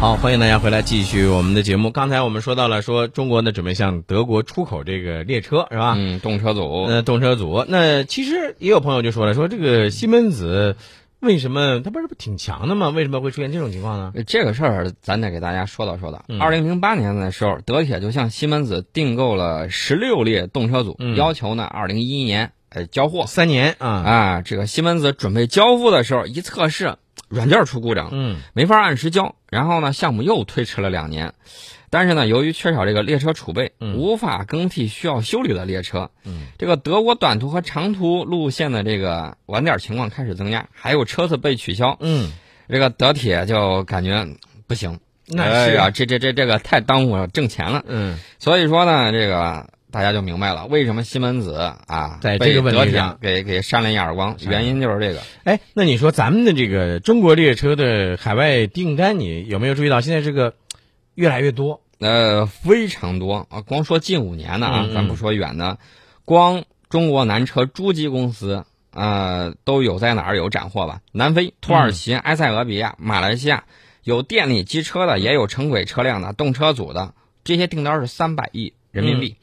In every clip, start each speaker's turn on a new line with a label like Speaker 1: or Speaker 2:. Speaker 1: 好，欢迎大家回来继续我们的节目。刚才我们说到了，说中国呢准备向德国出口这个列车是吧？
Speaker 2: 嗯，动车组，
Speaker 1: 呃，动车组。那其实也有朋友就说了，说这个西门子为什么它不是挺强的吗？为什么会出现这种情况呢？
Speaker 2: 呃这个事儿咱得给大家说道说道
Speaker 1: 嗯。
Speaker 2: 二零零八年的时候，德铁就向西门子订购了十六列动车组，
Speaker 1: 嗯
Speaker 2: 要求呢二零一一年呃交货。
Speaker 1: 三年啊，
Speaker 2: 啊，这个西门子准备交付的时候，一测试软件出故障，
Speaker 1: 嗯
Speaker 2: 没法按时交，然后呢，项目又推迟了两年。但是呢，由于缺少这个列车储备，
Speaker 1: 嗯
Speaker 2: 无法更替需要修理的列车，
Speaker 1: 嗯
Speaker 2: 这个德国短途和长途路线的这个晚点情况开始增加，还有车次被取消，
Speaker 1: 嗯，
Speaker 2: 这个德铁就感觉不行，
Speaker 1: 那
Speaker 2: 哎
Speaker 1: 是啊
Speaker 2: 呀，，这这这这个太耽误挣钱了。
Speaker 1: 嗯，
Speaker 2: 所以说呢，这个大家就明白了，为什么西门子啊
Speaker 1: 在
Speaker 2: 被
Speaker 1: 这个问题
Speaker 2: 德铁
Speaker 1: 上
Speaker 2: 给给扇了一耳光，
Speaker 1: 扇了
Speaker 2: 原因就是这个。
Speaker 1: 哎，那你说咱们的这个中国列车的海外订单，你有没有注意到现在这个越来越多？
Speaker 2: 呃，非常多啊！光说近五年的啊，
Speaker 1: 嗯嗯
Speaker 2: 咱不说远的，光中国南车诸基公司呃都有在哪儿有斩获吧？南非、土耳
Speaker 1: 嗯
Speaker 2: 其、埃塞俄比亚、马来西亚有电力机车
Speaker 1: 嗯
Speaker 2: 的，也有城轨车辆的、动车组的，这些订单是三百亿人民币。
Speaker 1: 嗯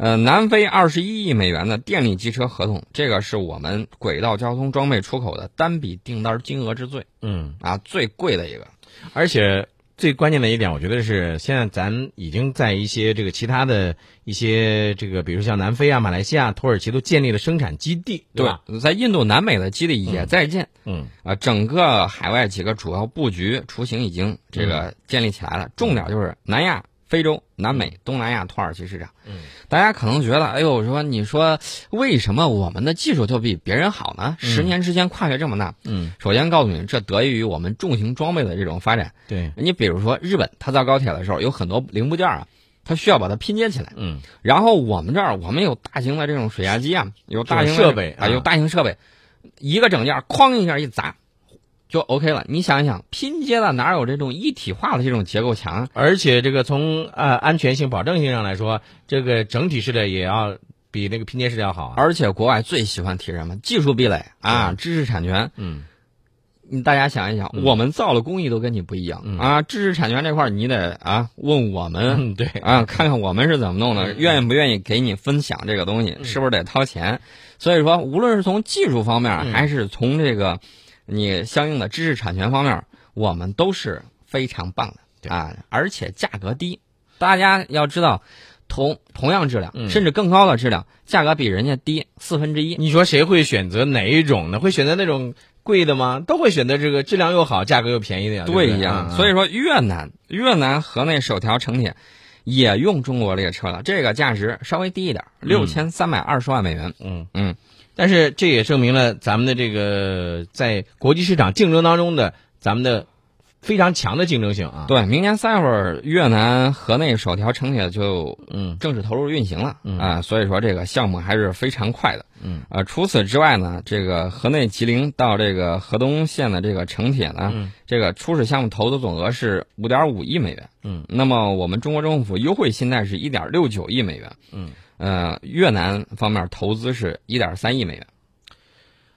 Speaker 2: 呃，南非二十一亿美元的电力机车合同，这个是我们轨道交通装备出口的单笔订单金额之最
Speaker 1: 嗯，
Speaker 2: 啊，最贵的一个。
Speaker 1: 而且最关键的一点，我觉得是现在咱已经在一些这个其他的一些这个，比如像南非啊、马来西亚、土耳其都建立了生产基地，对吧？
Speaker 2: 在印度南美的基地也在建。
Speaker 1: 嗯
Speaker 2: 啊，整个海外几个主要布局雏形已经这个建立起来了，重点就是南亚、非洲、南美、东南亚、土耳其市场。
Speaker 1: 嗯，
Speaker 2: 大家可能觉得，哎呦，说你说为什么我们的技术就比别人好呢？十年之间跨越这么大，
Speaker 1: 嗯，
Speaker 2: 首先告诉你，这得益于我们重型装备的这种发展。
Speaker 1: 对，
Speaker 2: 你比如说日本，它造高铁的时候有很多零部件啊。它需要把它拼接起来，
Speaker 1: 嗯
Speaker 2: 然后我们这儿我们有大型的这种水压机啊，有大型的
Speaker 1: 设备
Speaker 2: 啊，
Speaker 1: 啊
Speaker 2: 有大型设备，一个整件儿哐一下一砸，就 OK 了。你想一想，拼接的哪有这种一体化的这种结构强啊？
Speaker 1: 而且这个从呃安全性、保证性上来说，这个整体式的也要比那个拼接式的要好啊。
Speaker 2: 而且国外最喜欢提什么技术壁垒啊，知识产权。
Speaker 1: 嗯
Speaker 2: 你大家想一想，
Speaker 1: 嗯
Speaker 2: 我们造的工艺都跟你不一样、
Speaker 1: 嗯
Speaker 2: 啊，知识产权这块儿你得啊问我们。
Speaker 1: 嗯，对，
Speaker 2: 啊，看看我们是怎么弄的，
Speaker 1: 嗯
Speaker 2: 愿不愿意给你分享这个东西，是不是得掏钱？所以说，无论是从技术方面，
Speaker 1: 嗯
Speaker 2: 还是从这个你相应的知识产权方面，我们都是非常棒
Speaker 1: 对
Speaker 2: 的啊，而且价格低。大家要知道，同同样质量，
Speaker 1: 嗯
Speaker 2: 甚至更高的质量，价格比人家低四分之一。
Speaker 1: 你说谁会选择哪一种呢？会选择那种贵的吗？都会选择这个质量又好、价格又便宜的呀。对不对
Speaker 2: 呀
Speaker 1: 嗯，
Speaker 2: 所以说越南越南河内首条城铁也用中国列车了，这个价值稍微低一点，六千三百二十万美元。
Speaker 1: 嗯嗯
Speaker 2: 嗯，
Speaker 1: 但是这也证明了咱们的这个在国际市场竞争当中的咱们的非常强的竞争性啊。，
Speaker 2: 对，明年三月份儿，越南河内首条城铁就
Speaker 1: 嗯
Speaker 2: 正式投入运行了啊、
Speaker 1: 嗯
Speaker 2: 所以说这个项目还是非常快的。
Speaker 1: 嗯，
Speaker 2: 呃，除此之外呢，这个河内吉林到这个河东线的这个城铁呢，
Speaker 1: 嗯
Speaker 2: 这个初始项目投资总额是五点五亿美元。
Speaker 1: 嗯，
Speaker 2: 那么我们中国政府优惠信贷是一点六九亿美元。
Speaker 1: 嗯，
Speaker 2: 呃，越南方面投资是一点三亿美元。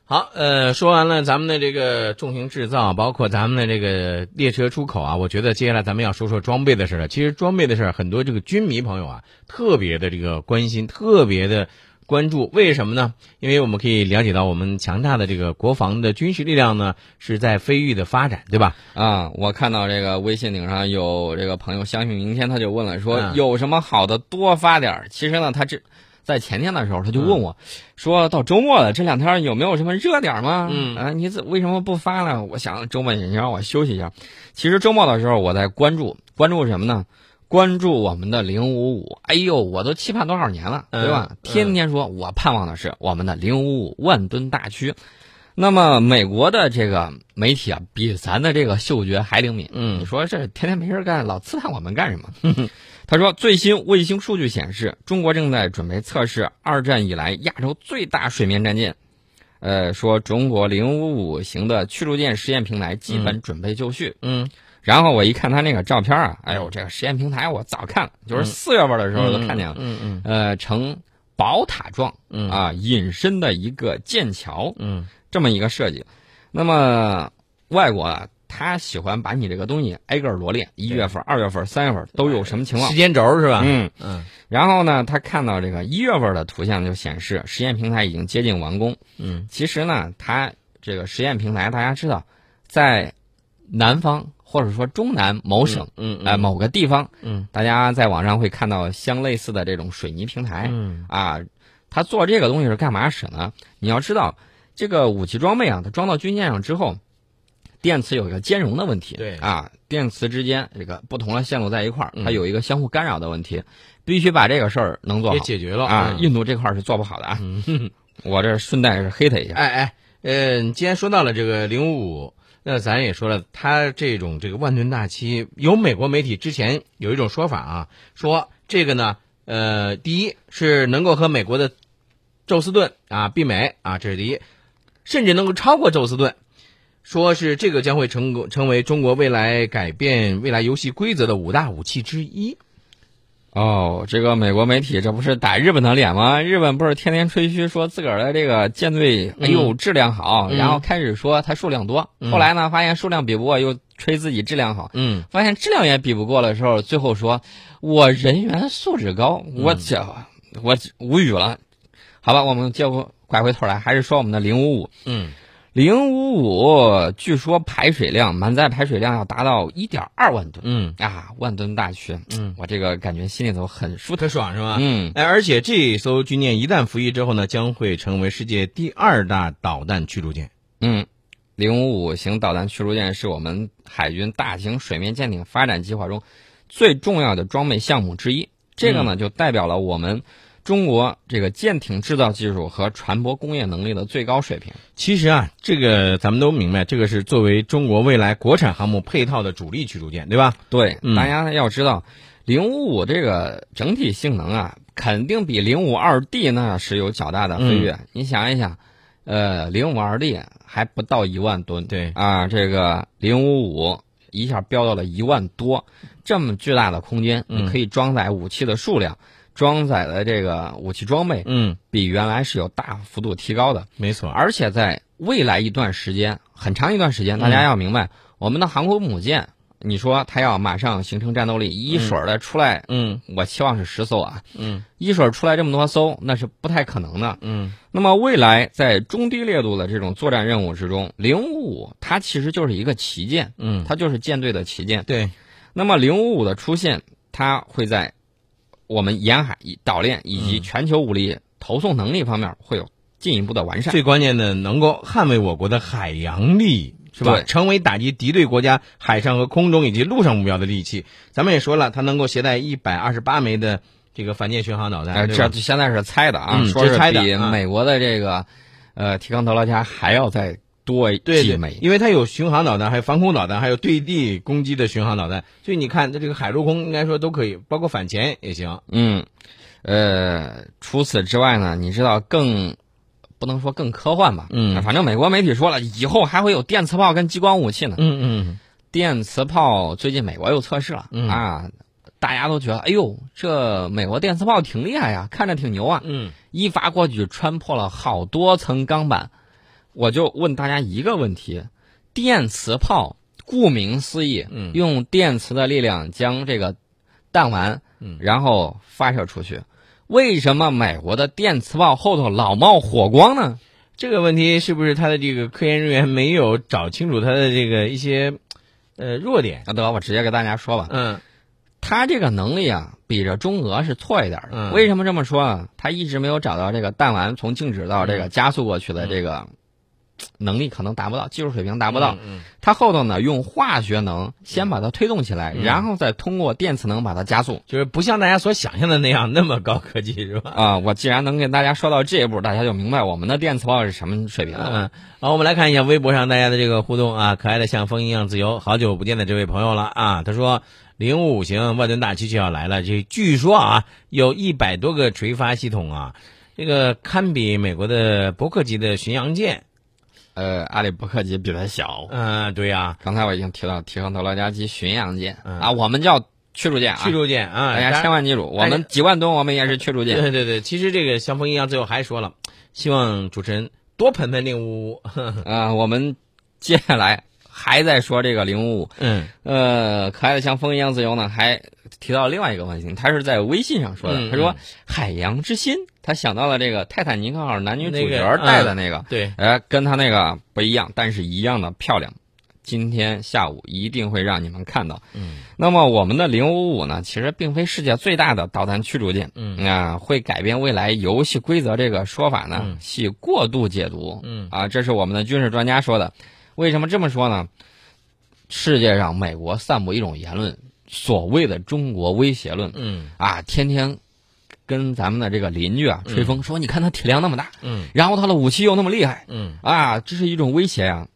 Speaker 1: 好，呃，说完了咱们的这个重型制造，包括咱们的这个列车出口啊，我觉得接下来咱们要说说装备的事儿了。其实装备的事儿，很多这个军迷朋友啊，特别的这个关心，特别的关注。为什么呢？因为我们可以了解到，我们强大的这个国防的军事力量呢，是在飞域的发展，对吧？
Speaker 2: 啊，我看到这个微信顶上有这个朋友，相信明天他就问了说，
Speaker 1: 嗯
Speaker 2: 有什么好的多发点儿。其实呢，他这在前天的时候他就问我，
Speaker 1: 嗯
Speaker 2: 说到周末了，这两天有没有什么热点儿吗？
Speaker 1: 嗯
Speaker 2: 啊，你怎为什么不发了？我想周末你让我休息一下。其实周末的时候我在关注关注什么呢？关注我们的零五五，哎呦，我都期盼多少年了，对吧？
Speaker 1: 嗯
Speaker 2: 天天说，我盼望的是我们的零五五万吨大驱。那么美国的这个媒体啊，比咱的这个嗅觉还灵敏。
Speaker 1: 嗯
Speaker 2: 你说这天天没事干，老刺探我们干什么？ 他说，最新卫星数据显示，中国正在准备测试二战以来亚洲最大水面战舰。呃，说中国零五五型的驱逐舰实验平台基本准备就绪，
Speaker 1: 嗯，
Speaker 2: 然后我一看他那个照片啊，哎呦，这个实验平台我早看了，就是四月份的时候就看见了，
Speaker 1: 嗯嗯
Speaker 2: 呃，呈宝塔状
Speaker 1: 嗯
Speaker 2: 啊引申的一个剑桥
Speaker 1: 嗯
Speaker 2: 这么一个设计。那么外国啊，他喜欢把你这个东西挨个儿罗列，一月份、二月份、三月份都有什么情况
Speaker 1: 时。间轴是吧？
Speaker 2: 嗯，
Speaker 1: 嗯
Speaker 2: 然后呢，他看到这个一月份的图像就显示实验平台已经接近完工。
Speaker 1: 嗯，
Speaker 2: 其实呢，它这个实验平台大家知道，在南方或者说中南某省
Speaker 1: 嗯
Speaker 2: 呃某个地方，
Speaker 1: 嗯，
Speaker 2: 大家在网上会看到相类似的这种水泥平台。
Speaker 1: 嗯
Speaker 2: 啊，他做这个东西是干嘛使呢？你要知道，这个武器装备啊，它装到军舰上之后，电磁有一个兼容的问题。
Speaker 1: 对
Speaker 2: 啊，电磁之间这个不同的线路在一块儿，
Speaker 1: 嗯
Speaker 2: 它有一个相互干扰的问题，必须把这个事儿能做
Speaker 1: 也
Speaker 2: 好
Speaker 1: 解决了
Speaker 2: 啊。
Speaker 1: 嗯
Speaker 2: 印度这块儿是做不好的啊。 我这顺带是黑他一下。
Speaker 1: 哎哎，嗯、既然说到了这个零五五，那咱也说了，它这种这个万吨大漆，有美国媒体之前有一种说法啊，说这个呢，呃，第一是能够和美国的宙斯盾啊媲美啊，这是第一，甚至能够超过宙斯盾。说是这个将会成功成为中国未来改变未来游戏规则的五大武器之一。
Speaker 2: 哦，这个美国媒体这不是打日本的脸吗？日本不是天天吹嘘说自个儿的这个舰队，哎呦质量好，
Speaker 1: 嗯
Speaker 2: 然后开始说它数量多，
Speaker 1: 嗯
Speaker 2: 后来呢发现数量比不过，又吹自己质量好，
Speaker 1: 嗯，
Speaker 2: 发现质量也比不过的时候，最后说我人员素质高，
Speaker 1: 嗯
Speaker 2: 我这、我无语了。好吧，我们结果拐回头来，还是说我们的零五五，
Speaker 1: 嗯，
Speaker 2: 零五五据说排水量满载排水量要达到一点二万吨
Speaker 1: 嗯，
Speaker 2: 啊，万吨大驱，
Speaker 1: 嗯，
Speaker 2: 我这个感觉心里头很舒
Speaker 1: 不特爽是吧？
Speaker 2: 嗯，
Speaker 1: 哎，而且这艘军舰一旦服役之后呢，将会成为世界第二大导弹驱逐舰。
Speaker 2: 嗯，零五五型导弹驱逐舰是我们海军大型水面舰艇发展计划中最重要的装备项目之一。这
Speaker 1: 嗯
Speaker 2: 个呢，就代表了我们中国这个舰艇制造技术和船舶工业能力的最高水平。
Speaker 1: 其实啊，这个咱们都明白，这个是作为中国未来国产航母配套的主力驱逐舰，对吧？
Speaker 2: 对，
Speaker 1: 嗯
Speaker 2: 大家要知道，零五五这个整体性能啊，肯定比零五二 D 那是有较大的飞跃。
Speaker 1: 嗯
Speaker 2: 你想一想，呃，零五二 D 还不到一万吨，
Speaker 1: 对，
Speaker 2: 啊，这个零五五一下飙到了一万多，这么巨大的空间，
Speaker 1: 嗯
Speaker 2: 你可以装载武器的数量，装载的这个武器装备，
Speaker 1: 嗯，
Speaker 2: 比原来是有大幅度提高的。
Speaker 1: 没错，
Speaker 2: 而且在未来一段时间，很长一段时间，大家要明白，我们的航空母舰，你说它要马上形成战斗力，一水儿的出来，
Speaker 1: 嗯
Speaker 2: 我期望是十艘啊，
Speaker 1: 嗯
Speaker 2: 一水儿出来这么多艘，那是不太可能的。
Speaker 1: 嗯
Speaker 2: 那么未来在中低烈度的这种作战任务之中，零五五它其实就是一个旗舰，
Speaker 1: 嗯，
Speaker 2: 它就是舰队的旗舰。
Speaker 1: 对，
Speaker 2: 那么零五五的出现，它会在我们沿海岛链以
Speaker 1: 嗯
Speaker 2: 及全球武力投送能力方面会有进一步的完善。
Speaker 1: 最关键的能够捍卫我国的海洋利益。是吧？
Speaker 2: 对
Speaker 1: 成为打击敌对国家海上和空中以及陆上目标的利器。咱们也说了，它能够携带一百二十八枚的这个反舰巡航导弹，
Speaker 2: 呃，
Speaker 1: 对
Speaker 2: 这
Speaker 1: 吧
Speaker 2: 这现在是猜的啊，
Speaker 1: 嗯
Speaker 2: 说
Speaker 1: 这
Speaker 2: 是
Speaker 1: 猜的
Speaker 2: 比
Speaker 1: 啊
Speaker 2: 美国的这个呃提康德罗加还要再多
Speaker 1: 对
Speaker 2: 几
Speaker 1: 对
Speaker 2: 枚，。
Speaker 1: 因为它有巡航导弹，还有防空导弹，还有对地攻击的巡航导弹，所以你看它这个海陆空应该说都可以，包括反潜也行。
Speaker 2: 嗯，呃，除此之外呢，你知道更不能说更科幻吧？
Speaker 1: 嗯
Speaker 2: 反正美国媒体说了，以后还会有电磁炮跟激光武器呢。
Speaker 1: 嗯嗯
Speaker 2: 电磁炮最近美国又测试了、
Speaker 1: 嗯
Speaker 2: 啊，大家都觉得，哎呦，这美国电磁炮挺厉害呀，看着挺牛啊。
Speaker 1: 嗯
Speaker 2: 一发过去穿破了好多层钢板。我就问大家一个问题：电磁炮，顾名思义，
Speaker 1: 嗯
Speaker 2: 用电磁的力量将这个弹丸，
Speaker 1: 嗯
Speaker 2: 然后发射出去。为什么美国的电磁炮后头老冒火光呢？
Speaker 1: 这个问题是不是它的这个科研人员没有找清楚它的这个一些呃弱点？
Speaker 2: 啊，得，我直接给大家说吧，
Speaker 1: 嗯
Speaker 2: 他这个能力啊，比着中俄是错一点的。
Speaker 1: 嗯
Speaker 2: 为什么这么说啊？他一直没有找到这个弹丸从静止到
Speaker 1: 嗯
Speaker 2: 这个加速过去的这个能力，可能达不到，技术水平达不到。
Speaker 1: 嗯
Speaker 2: 它后头呢用化学能先把它推动起来，
Speaker 1: 嗯
Speaker 2: 然后再通过电磁能把它加速。
Speaker 1: 就是不像大家所想象的那样那么高科技，是吧？
Speaker 2: 啊、我既然能给大家说到这一步，大家就明白我们的电磁炮是什么水平了。
Speaker 1: 嗯， 好，我们来看一下微博上大家的这个互动啊，可爱的像风一样自由，好久不见的这位朋友了啊，他说零五五型万吨大机就要来了，这据说啊有一百多个垂发系统啊，这个堪比美国的伯克级的巡洋舰，
Speaker 2: 呃，阿里伯克级比它小。
Speaker 1: 嗯、对呀、
Speaker 2: 刚才我已经提到提康德罗加级巡洋舰、
Speaker 1: 嗯
Speaker 2: 啊，我们叫驱逐舰啊，
Speaker 1: 驱逐舰啊，
Speaker 2: 大家千
Speaker 1: 万
Speaker 2: 万记住，我
Speaker 1: 大
Speaker 2: 们几万吨我们也是驱逐舰。
Speaker 1: 对对对，其实这个像风一样自由还说了，希望主持人多喷喷令呜呜，
Speaker 2: 啊、我们接下来还在说这个零五五，
Speaker 1: 嗯
Speaker 2: 呃，可爱的像风一样自由呢，还提到另外一个问题，他是在微信上说
Speaker 1: 嗯
Speaker 2: 的，他说
Speaker 1: 嗯
Speaker 2: 海洋之心，他想到了这个泰坦尼克号男女主
Speaker 1: 那个嗯
Speaker 2: 角带的那个，
Speaker 1: 对，
Speaker 2: 哎，跟他那个不一样，但是一样的漂亮。今天下午一定会让你们看到。
Speaker 1: 嗯，
Speaker 2: 那么我们的零五五呢，其实并非世界最大的导弹驱逐舰。
Speaker 1: 嗯
Speaker 2: 啊，会改变未来游戏规则这个说法呢，
Speaker 1: 嗯
Speaker 2: 系过度解读。
Speaker 1: 嗯
Speaker 2: 啊，这是我们的军事专家说的。为什么这么说呢？世界上美国散布一种言论，所谓的中国威胁论
Speaker 1: 嗯
Speaker 2: 啊，天天跟咱们的这个邻居啊吹风，说你看他体量那么大，
Speaker 1: 嗯
Speaker 2: 然后他的武器又那么厉害。
Speaker 1: 嗯
Speaker 2: 啊，这是一种威胁呀、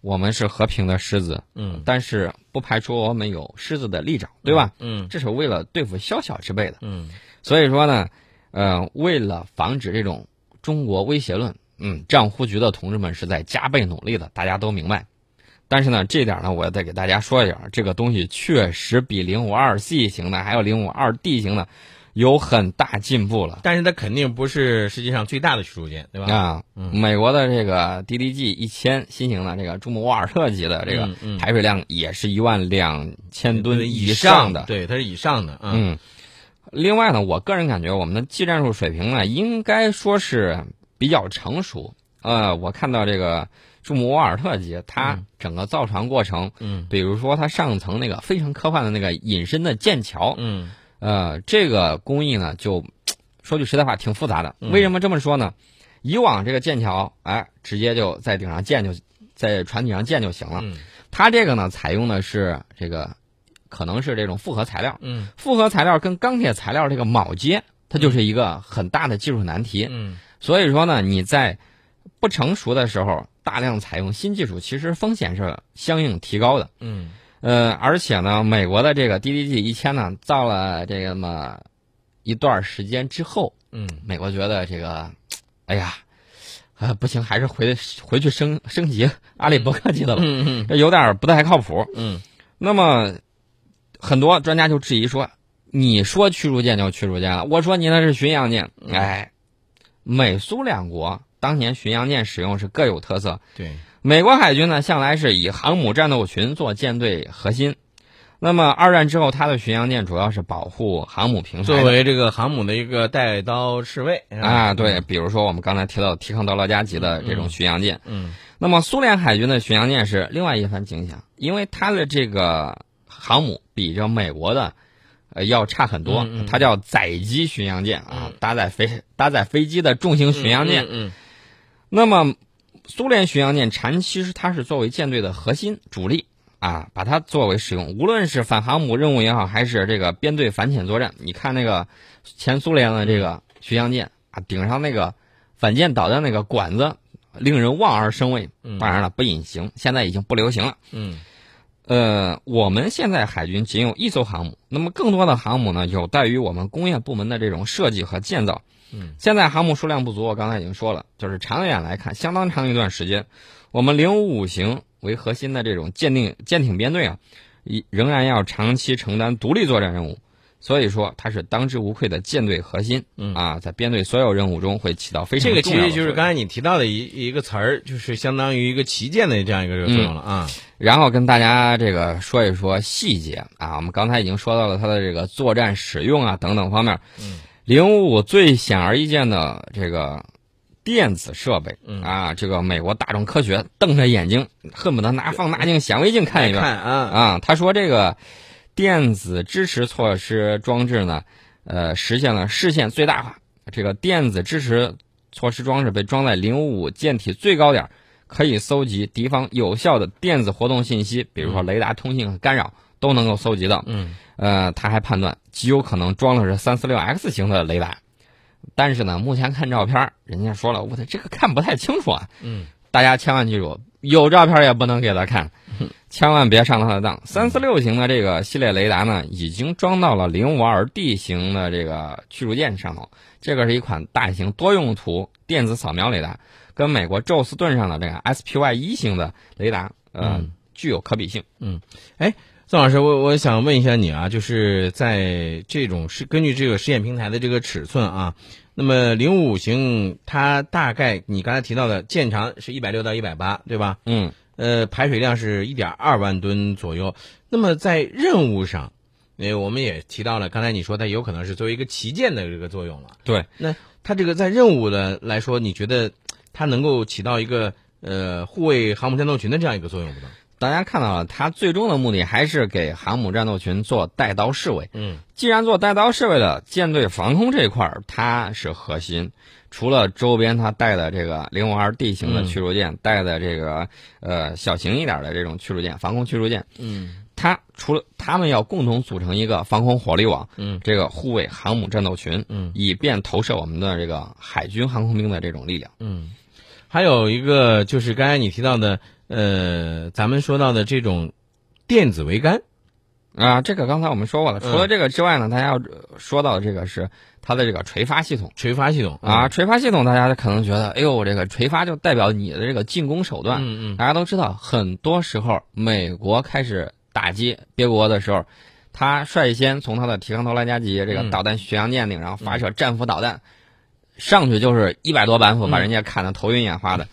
Speaker 2: 我们是和平的狮子，
Speaker 1: 嗯，
Speaker 2: 但是不排除我们有狮子的利爪，对吧？？
Speaker 1: 嗯
Speaker 2: 这是为了对付宵小之辈的。
Speaker 1: 嗯
Speaker 2: 所以说呢，呃，为了防止这种中国威胁论，嗯，战护局的同志们是在加倍努力的，大家都明白。但是呢，这点呢，我要再给大家说一下，这个东西确实比零五二 C 型的还有零五二 D 型的有很大进步了。
Speaker 1: 但是它肯定不是世界上最大的驱逐舰，对吧？
Speaker 2: 啊，
Speaker 1: 嗯
Speaker 2: 美国的这个 DDG 一千新型的这个朱姆沃尔特级的这个
Speaker 1: 嗯嗯
Speaker 2: 排水量也是一万两千吨
Speaker 1: 以
Speaker 2: 上的，
Speaker 1: 对，它是以上的，嗯
Speaker 2: 嗯，另外呢，我个人感觉我们的技战术水平呢，应该说是比较成熟。呃，我看到这个朱姆沃尔特级，它整个造船过程，
Speaker 1: 嗯
Speaker 2: 比如说它上层那个非常科幻的那个隐身的剑桥，
Speaker 1: 嗯
Speaker 2: 呃，这个工艺呢，就说句实在话，挺复杂的。
Speaker 1: 嗯
Speaker 2: 为什么这么说呢？以往这个剑桥，哎，直接就在顶上建就，在船顶上建就行了。
Speaker 1: 嗯
Speaker 2: 它这个呢，采用的是这个，可能是这种复合材料。
Speaker 1: 嗯
Speaker 2: 复合材料跟钢铁材料这个铆接，它就是一个很大的技术难题。
Speaker 1: 嗯
Speaker 2: 所以说呢，你在不成熟的时候大量采用新技术，其实风险是相应提高的。
Speaker 1: 嗯
Speaker 2: 呃，而且呢，美国的这个 DDG 一千呢，造了这个么一段时间之后，
Speaker 1: 嗯
Speaker 2: 美国觉得这个，哎呀，啊、不行，还是回回去升升级阿里伯克级的吧，
Speaker 1: 嗯
Speaker 2: 这有点不太靠谱。
Speaker 1: 嗯
Speaker 2: 那么，很多专家就质疑说：“你说驱逐舰就驱逐舰了，我说你那是巡洋舰。”哎，美苏两国当年巡洋舰使用是各有特色。
Speaker 1: 对，
Speaker 2: 美国海军呢，向来是以航母战斗群做舰队核心。那么二战之后，它的巡洋舰主要是保护航母平台
Speaker 1: 作
Speaker 2: 的
Speaker 1: 为这个航母的一个带刀侍卫
Speaker 2: 嗯啊，对，，比如说我们刚才提到的提康德罗加级的这
Speaker 1: 嗯
Speaker 2: 种巡洋舰。
Speaker 1: 嗯
Speaker 2: 那么苏联海军的巡洋舰是另外一番景象，因为它的这个航母比着美国的，呃，要差很多。
Speaker 1: 嗯嗯
Speaker 2: 它叫载机巡洋舰啊，搭载飞搭载飞机的重型巡洋舰。
Speaker 1: 嗯
Speaker 2: 那么苏联巡洋舰长期是它是作为舰队的核心主力啊，把它作为使用，无论是反航母任务也好，还是这个编队反潜作战。你看那个前苏联的这个巡洋舰啊，顶上那个反舰导弹那个管子，令人望而生畏。
Speaker 1: 嗯
Speaker 2: 当然了，不隐形，现在已经不流行了。
Speaker 1: 嗯
Speaker 2: 呃，我们现在海军仅有一艘航母，那么更多的航母呢，有待于我们工业部门的这种设计和建造。
Speaker 1: 嗯，
Speaker 2: 现在航母数量不足，我刚才已经说了，就是长远来看，相当长一段时间，我们零五五型为核心的这种舰定舰艇编队啊，一仍然要长期承担独立作战任务。所以说，它是当之无愧的舰队核心
Speaker 1: 嗯
Speaker 2: 啊，在编队所有任务中会起到非常
Speaker 1: 这
Speaker 2: 重要
Speaker 1: 个
Speaker 2: 的
Speaker 1: 其实就是
Speaker 2: 作用
Speaker 1: 刚才你提到的一一个词儿，就是相当于一个旗舰的这样一个作用了啊。
Speaker 2: 然后跟大家这个说一说细节啊，我们刚才已经说到了它的这个作战使用啊等等方面。
Speaker 1: 嗯，
Speaker 2: 零五五最显而易见的这个电子设备、
Speaker 1: 嗯
Speaker 2: 啊，这个美国大众科学瞪着眼睛，恨不得拿放大镜、显微镜看一遍
Speaker 1: 看啊，
Speaker 2: 啊。他说这个电子支持措施装置呢，呃，实现了视线最大化。这个电子支持措施装置被装在零五五舰体最高点儿，可以搜集敌方有效的电子活动信息，比如说雷达通信和干扰都能够搜集到。
Speaker 1: 嗯
Speaker 2: 呃，他还判断极有可能装的是三四六 X 型的雷达，但是呢，目前看照片儿，人家说了，我的这个看不太清楚啊。
Speaker 1: 嗯
Speaker 2: 大家千万记住，有照片也不能给他看，千万别上他的当。三四六型的这个系列雷达呢，已经装到了零五二 D 型的这个驱逐舰上头。这个是一款大型多用途电子扫描雷达，跟美国宙斯盾上的这个 SPY 一型的雷达，呃，
Speaker 1: 嗯
Speaker 2: 具有可比性。
Speaker 1: 宋老师，我我想问一下你啊，就是在这种是根据这个实验平台的这个尺寸啊，那么零五五型它大概你刚才提到的舰长是一百六到一百八，对吧？
Speaker 2: 嗯，
Speaker 1: 呃，排水量是一点二万吨左右。那么在任务上，呃，我们也提到了，刚才你说它有可能是作为一个旗舰的这个作用了。
Speaker 2: 对，
Speaker 1: 那它这个在任务的来说，你觉得它能够起到一个呃护卫航母战斗群的这样一个作用不能？
Speaker 2: 大家看到了，它最终的目的还是给航母战斗群做带刀侍卫。
Speaker 1: 嗯
Speaker 2: 既然做带刀侍卫了，舰队防空这一块儿它是核心。除了周边它带的这个零五二 D 型的
Speaker 1: 嗯
Speaker 2: 驱逐舰，带的这个呃小型一点的这种驱逐舰、防空驱逐舰，
Speaker 1: 嗯
Speaker 2: 它除了他们要共同组成一个防空火力网，
Speaker 1: 嗯
Speaker 2: 这个护卫航母战斗群，
Speaker 1: 嗯
Speaker 2: 以便投射我们的这个海军航空兵的这种力量。
Speaker 1: 嗯。还有一个就是刚才你提到的，呃，咱们说到的这种电子桅杆。
Speaker 2: 啊，这个刚才我们说过了。除
Speaker 1: 嗯
Speaker 2: 了这个之外呢，大家要呃说到这个是它的这个垂发系统
Speaker 1: 垂发系统嗯
Speaker 2: 啊，，垂发系统大家可能觉得，哎呦，这个垂发就代表你的这个进攻手段。
Speaker 1: 嗯嗯
Speaker 2: 大家都知道，很多时候美国开始打击别国的时候，他率先从他的提康头兰加级这个
Speaker 1: 嗯
Speaker 2: 导弹巡洋舰顶上发射战斧导弹，上去就是一百多板斧，把
Speaker 1: 嗯
Speaker 2: 人家砍得头晕眼花的。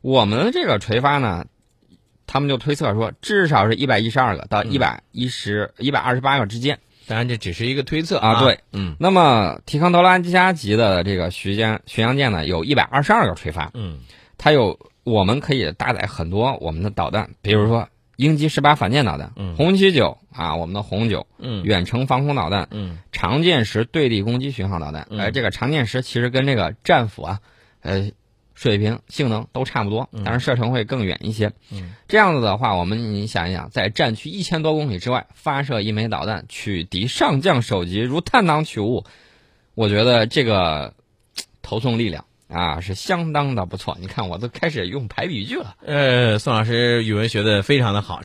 Speaker 2: 我们这个垂发呢，他们就推测说，至少是一百一十二个到一百一十、一百二十八个之间。
Speaker 1: 当然这只是一个推测
Speaker 2: 啊对，
Speaker 1: 嗯
Speaker 2: 那么提康头兰加级的这个巡舰巡洋舰呢，有一百二十二个垂发，
Speaker 1: 嗯
Speaker 2: 它有我们可以搭载很多我们的导弹，比如说鹰击十八反舰导弹、
Speaker 1: 嗯
Speaker 2: 红旗九啊，我们的红九
Speaker 1: 嗯
Speaker 2: 远程防空导弹、
Speaker 1: 嗯
Speaker 2: 长剑十对地攻击巡航导弹。
Speaker 1: 嗯
Speaker 2: 哎，这个长剑十其实跟这个战斧啊，呃，水平性能都差不多，但是射程会更远一些。
Speaker 1: 嗯
Speaker 2: 这样子的话，我们你想一想，在战区一千多公里之外发射一枚导弹，取敌上将首级如探囊取物，我觉得这个嘖投送力量啊是相当的不错。你看，我都开始用排比句了。
Speaker 1: 呃，宋老师语文学的非常的好。